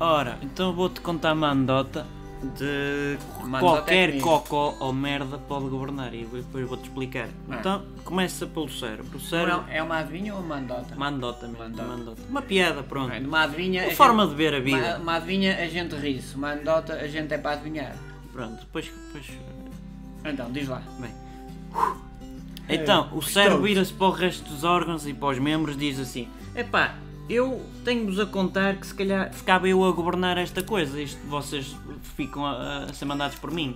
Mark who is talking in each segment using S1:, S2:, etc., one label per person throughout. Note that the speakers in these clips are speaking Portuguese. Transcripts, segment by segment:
S1: Ora, então vou-te contar uma anedota de
S2: Uma anedota é
S1: qualquer
S2: comigo.
S1: cocó ou merda pode governar e eu depois vou-te explicar.
S2: Ah.
S1: Então, começa pelo cérebro. O cérebro, é
S2: Não, é uma adivinha ou uma andota?
S1: uma anedota mesmo, uma
S2: Uma anedota. É,
S1: anedota. Uma piada, pronto.
S2: Bem, Numa adivinha.
S1: Uma
S2: a
S1: forma
S2: gente-
S1: de ver a vida.
S2: Uma, uma adivinha a gente ri-se, uma andota a gente é para adivinhar.
S1: Pronto, depois, depois
S2: Então, diz lá.
S1: Bem. Então, o
S3: gostoso.
S1: cérebro vira-se para o resto dos órgãos e para os membros diz assim: Epá, eu tenho-vos a contar que se calhar ficava eu a governar esta coisa, isto vocês ficam a, a ser mandados por mim.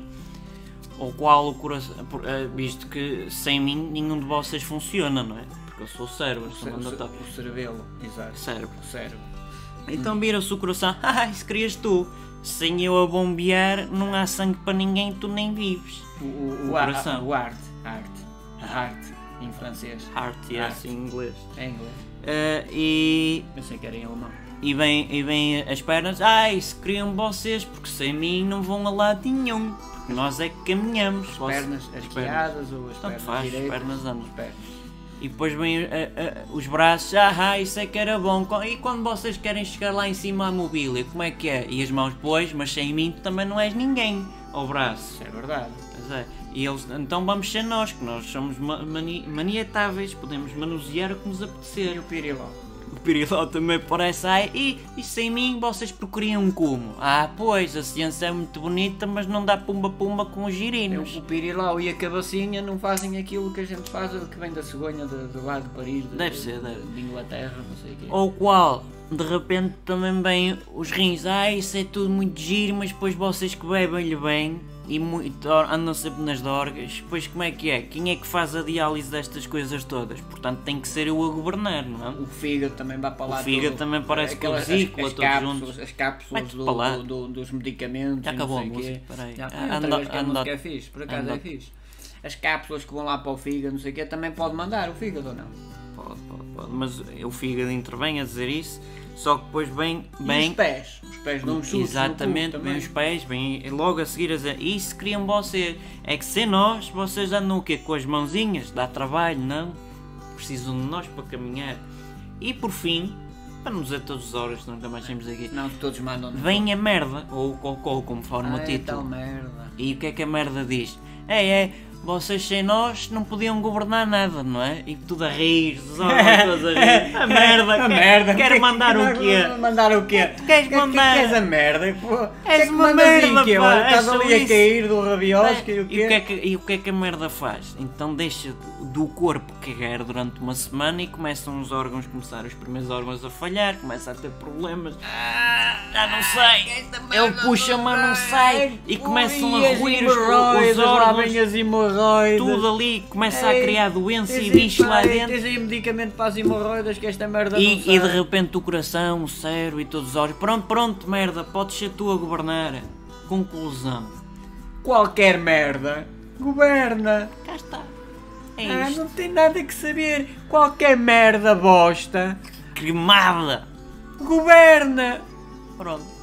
S1: Ou qual o coração. por- eh, Visto que sem mim nenhum de vocês funciona, não é? Porque eu sou o cérebro, sou
S2: Ce-
S1: mandado
S2: ce- o cerebelo. Exato.
S1: cérebro.
S2: O cérebro.
S1: Então vira-se o coração: Ah, isso querias tu. Sem eu a bombear, não há sangue para ninguém, tu nem vives.
S2: O, o,
S1: O
S2: a-
S1: coração.
S2: o arte. Arte. A arte. Em francês.
S1: Heart, yes,
S2: Heart.
S1: em inglês.
S2: Em inglês.
S1: Eh, e
S2: Eu sei que era em alemão.
S1: E vem, e vem as pernas, ai, se criam vocês, porque sem mim não vão a lado nenhum. Porque nós é que caminhamos. Vocês-
S2: pernas arqueadas ou as
S1: Tanto
S2: pernas
S1: Então faz, as
S2: direitas.
S1: pernas andam.
S2: As pernas.
S1: E depois vem ah, ah, os braços, ah, isso é que era bom. Co- E quando vocês querem chegar lá em cima à mobília, como é que é? E as mãos, pois, mas sem mim tu também não és ninguém. Ao braço.
S2: Isso é verdade.
S1: Pois é. E eles, então vamos ser nós, que nós somos ma- mani- maniatáveis, podemos manusear o que nos apetecer.
S2: E o piriló.
S1: O Piriló também parece ai, e, e sem mim vocês procuriam como? Ah, pois, a ciência é muito bonita, mas não dá pumba-pumba com os
S2: Eu-
S1: girinos.
S2: O pirilau e a cabacinha não fazem aquilo que a gente faz, que vem da cegonha de- do lado de Paris, de,
S1: Deve ser,
S2: de-
S1: deve.
S2: de Inglaterra, não sei o quê.
S1: Ou qual, de repente também vêm os rins, ah, isso é tudo muito giro, mas depois vocês que bebem-lhe bem e muito, andam sempre nas dorgas, depois como é que é? Quem é que faz a diálise destas coisas todas? Portanto tem que ser eu a governar, não é?
S2: O fígado também vai para lá.
S1: O fígado
S2: todo-
S1: também parece com a
S2: aquelas-
S1: vesícula,
S2: as, as
S1: todos
S2: cápsulas,
S1: juntos.
S2: As cápsulas
S1: Vai-te
S2: do-
S1: para lá.
S2: do- do- dos medicamentos.
S1: Já
S2: e
S1: acabou
S2: não sei
S1: a
S2: quê.
S1: música, peraí.
S2: Já, foi,
S1: Ah,
S2: outra
S1: ando-
S2: vez que a
S1: ando-
S2: música é fixe, por acaso é
S1: ando-
S2: fixe. As cápsulas que vão lá para o fígado, não sei o quê, também pode mandar o fígado ou não.
S1: Pode, pode, pode, mas o fígado intervém a dizer isso, só que depois vem,
S2: E
S1: bem
S2: os pés. Os pés dão um chute.
S1: Exatamente, bem os pés, bem logo a seguir a dizer, isso queriam vocês. É que sem nós, vocês andam o quê? Com as mãozinhas? Dá trabalho, não? Precisam de nós para caminhar. E por fim, para não dizer todas as horas, nunca mais temos aqui,
S2: Não, que todos mandam.
S1: vem a merda, ou o cocô, como forma o
S2: Ah, é
S1: título.
S2: tal merda.
S1: E o que é que a merda diz? É, é, vocês sem nós não podiam governar nada, não é? E tudo a rir, os homens todos a rir. A merda, quer-
S2: A merda.
S1: quero mandar o
S2: Nós
S1: quê?
S2: vamos Mandar o quê?
S1: queres
S2: Que- que-
S1: mandar?
S2: Que és a merda. pô. Que é que
S1: uma
S2: mandas aí,
S1: merda,
S2: quê?
S1: pá,
S2: Olha,
S1: é
S2: Estás
S1: só
S2: ali a
S1: isso.
S2: cair do
S1: Bem,
S2: rabiosco e o
S1: E o que, é
S2: quê?
S1: que, e o que é que a merda faz? Então deixa do corpo cagar durante uma semana e começam os órgãos, começar os primeiros órgãos a falhar, começa a ter problemas.
S2: Ah!
S1: Já não sei. Ele puxa, mas não um sai. E começam
S2: E
S1: a
S2: as
S1: ruir os,
S2: hemorroidas,
S1: os
S2: lá vem
S1: órgãos.
S2: as hemorroidas.
S1: Tudo ali começa a
S2: Ei,
S1: criar doença
S2: tens
S1: e
S2: aí,
S1: bicho lá
S2: pá,
S1: dentro.
S2: Tens aí medicamento para as hemorroidas que esta merda não
S1: E,
S2: sai.
S1: e de repente o coração, o cérebro e todos os olhos. Pronto, pronto, merda, podes ser tu a governar. Conclusão.
S2: Qualquer merda. Governa.
S1: Cá está. É
S2: Ah,
S1: isto.
S2: não tem nada que saber. Qualquer merda bosta.
S1: Cremada.
S2: Governa.
S1: Pronto.